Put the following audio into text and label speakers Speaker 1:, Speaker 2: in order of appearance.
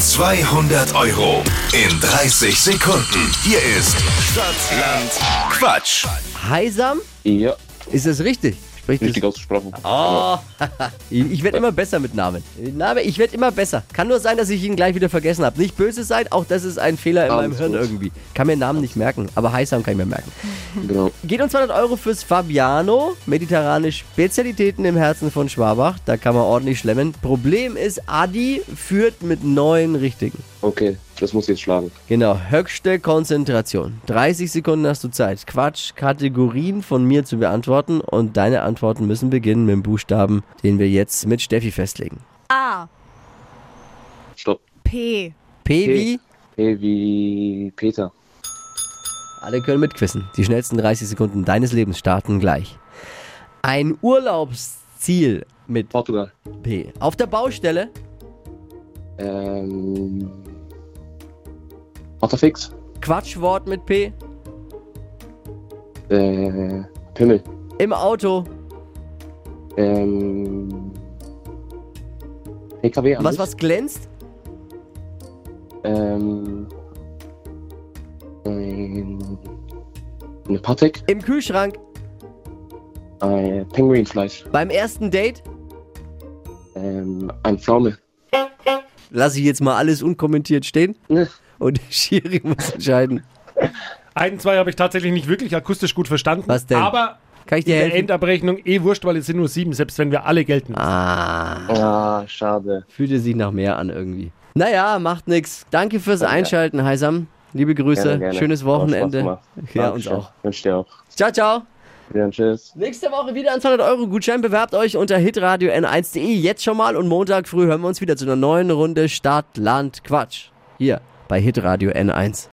Speaker 1: 200 Euro in 30 Sekunden. Hier ist Stadtland Quatsch.
Speaker 2: Heisam?
Speaker 3: Ja,
Speaker 2: Ist das richtig? Spricht
Speaker 3: richtig
Speaker 2: das?
Speaker 3: ausgesprochen.
Speaker 2: Oh, ich werde immer besser mit Namen. Name, ich werde immer besser. Kann nur sein, dass ich ihn gleich wieder vergessen habe. Nicht böse sein, auch das ist ein Fehler in meinem
Speaker 3: Alles
Speaker 2: Hirn
Speaker 3: gut.
Speaker 2: irgendwie. Kann mir Namen nicht merken, aber Heisam kann ich mir merken.
Speaker 3: Genau.
Speaker 2: Geht uns 200 Euro fürs Fabiano. Mediterrane Spezialitäten im Herzen von Schwabach. Da kann man ordentlich schlemmen. Problem ist, Adi führt mit neun richtigen.
Speaker 3: Okay, das muss ich jetzt schlagen.
Speaker 2: Genau, höchste Konzentration. 30 Sekunden hast du Zeit, Quatsch, Kategorien von mir zu beantworten. Und deine Antworten müssen beginnen mit dem Buchstaben, den wir jetzt mit Steffi festlegen.
Speaker 4: A.
Speaker 3: Stopp.
Speaker 4: P.
Speaker 2: P wie?
Speaker 3: P wie Peter.
Speaker 2: Alle können mitquissen. Die schnellsten 30 Sekunden deines Lebens starten gleich. Ein Urlaubsziel mit
Speaker 3: Portugal.
Speaker 2: P. Auf der Baustelle
Speaker 3: Ähm. Otterfix.
Speaker 2: Quatschwort mit P,
Speaker 3: Äh. Pimmel.
Speaker 2: im Auto.
Speaker 3: Ähm. PKW an
Speaker 2: Was
Speaker 3: sich.
Speaker 2: was glänzt?
Speaker 3: Ähm. Ein. Eine Patek.
Speaker 2: Im Kühlschrank,
Speaker 3: Ein Pinguinfleisch.
Speaker 2: beim ersten Date?
Speaker 3: Ähm. Ein Pflaume.
Speaker 2: Lass ich jetzt mal alles unkommentiert stehen
Speaker 3: Ne?
Speaker 2: und der Schiri muss entscheiden.
Speaker 5: Ein, zwei habe ich tatsächlich nicht wirklich akustisch gut verstanden.
Speaker 2: Was denn?
Speaker 5: Aber
Speaker 2: Kann ich
Speaker 5: in
Speaker 2: dir
Speaker 5: der
Speaker 2: helfen?
Speaker 5: Endabrechnung eh wurscht, weil es sind nur sieben, selbst wenn wir alle gelten.
Speaker 2: Ah,
Speaker 3: Ah, schade.
Speaker 2: fühlte sich nach mehr an irgendwie. Naja, macht nix. Danke fürs Einschalten, Heisam. Liebe Grüße,
Speaker 3: Gerne, gerne.
Speaker 2: schönes
Speaker 3: Hat Spaß
Speaker 2: Wochenende.
Speaker 3: gemacht.
Speaker 2: Ja, uns
Speaker 3: Dankeschön.
Speaker 2: auch.
Speaker 3: Wünsche dir auch.
Speaker 2: Ciao, ciao.
Speaker 3: Dann tschüss.
Speaker 2: Nächste Woche wieder ein 200-Euro-Gutschein. Bewerbt euch unter hitradio n1.de jetzt schon mal und Montag früh hören wir uns wieder zu einer neuen Runde Stadt, Land, Quatsch. Hier bei hitradio n1.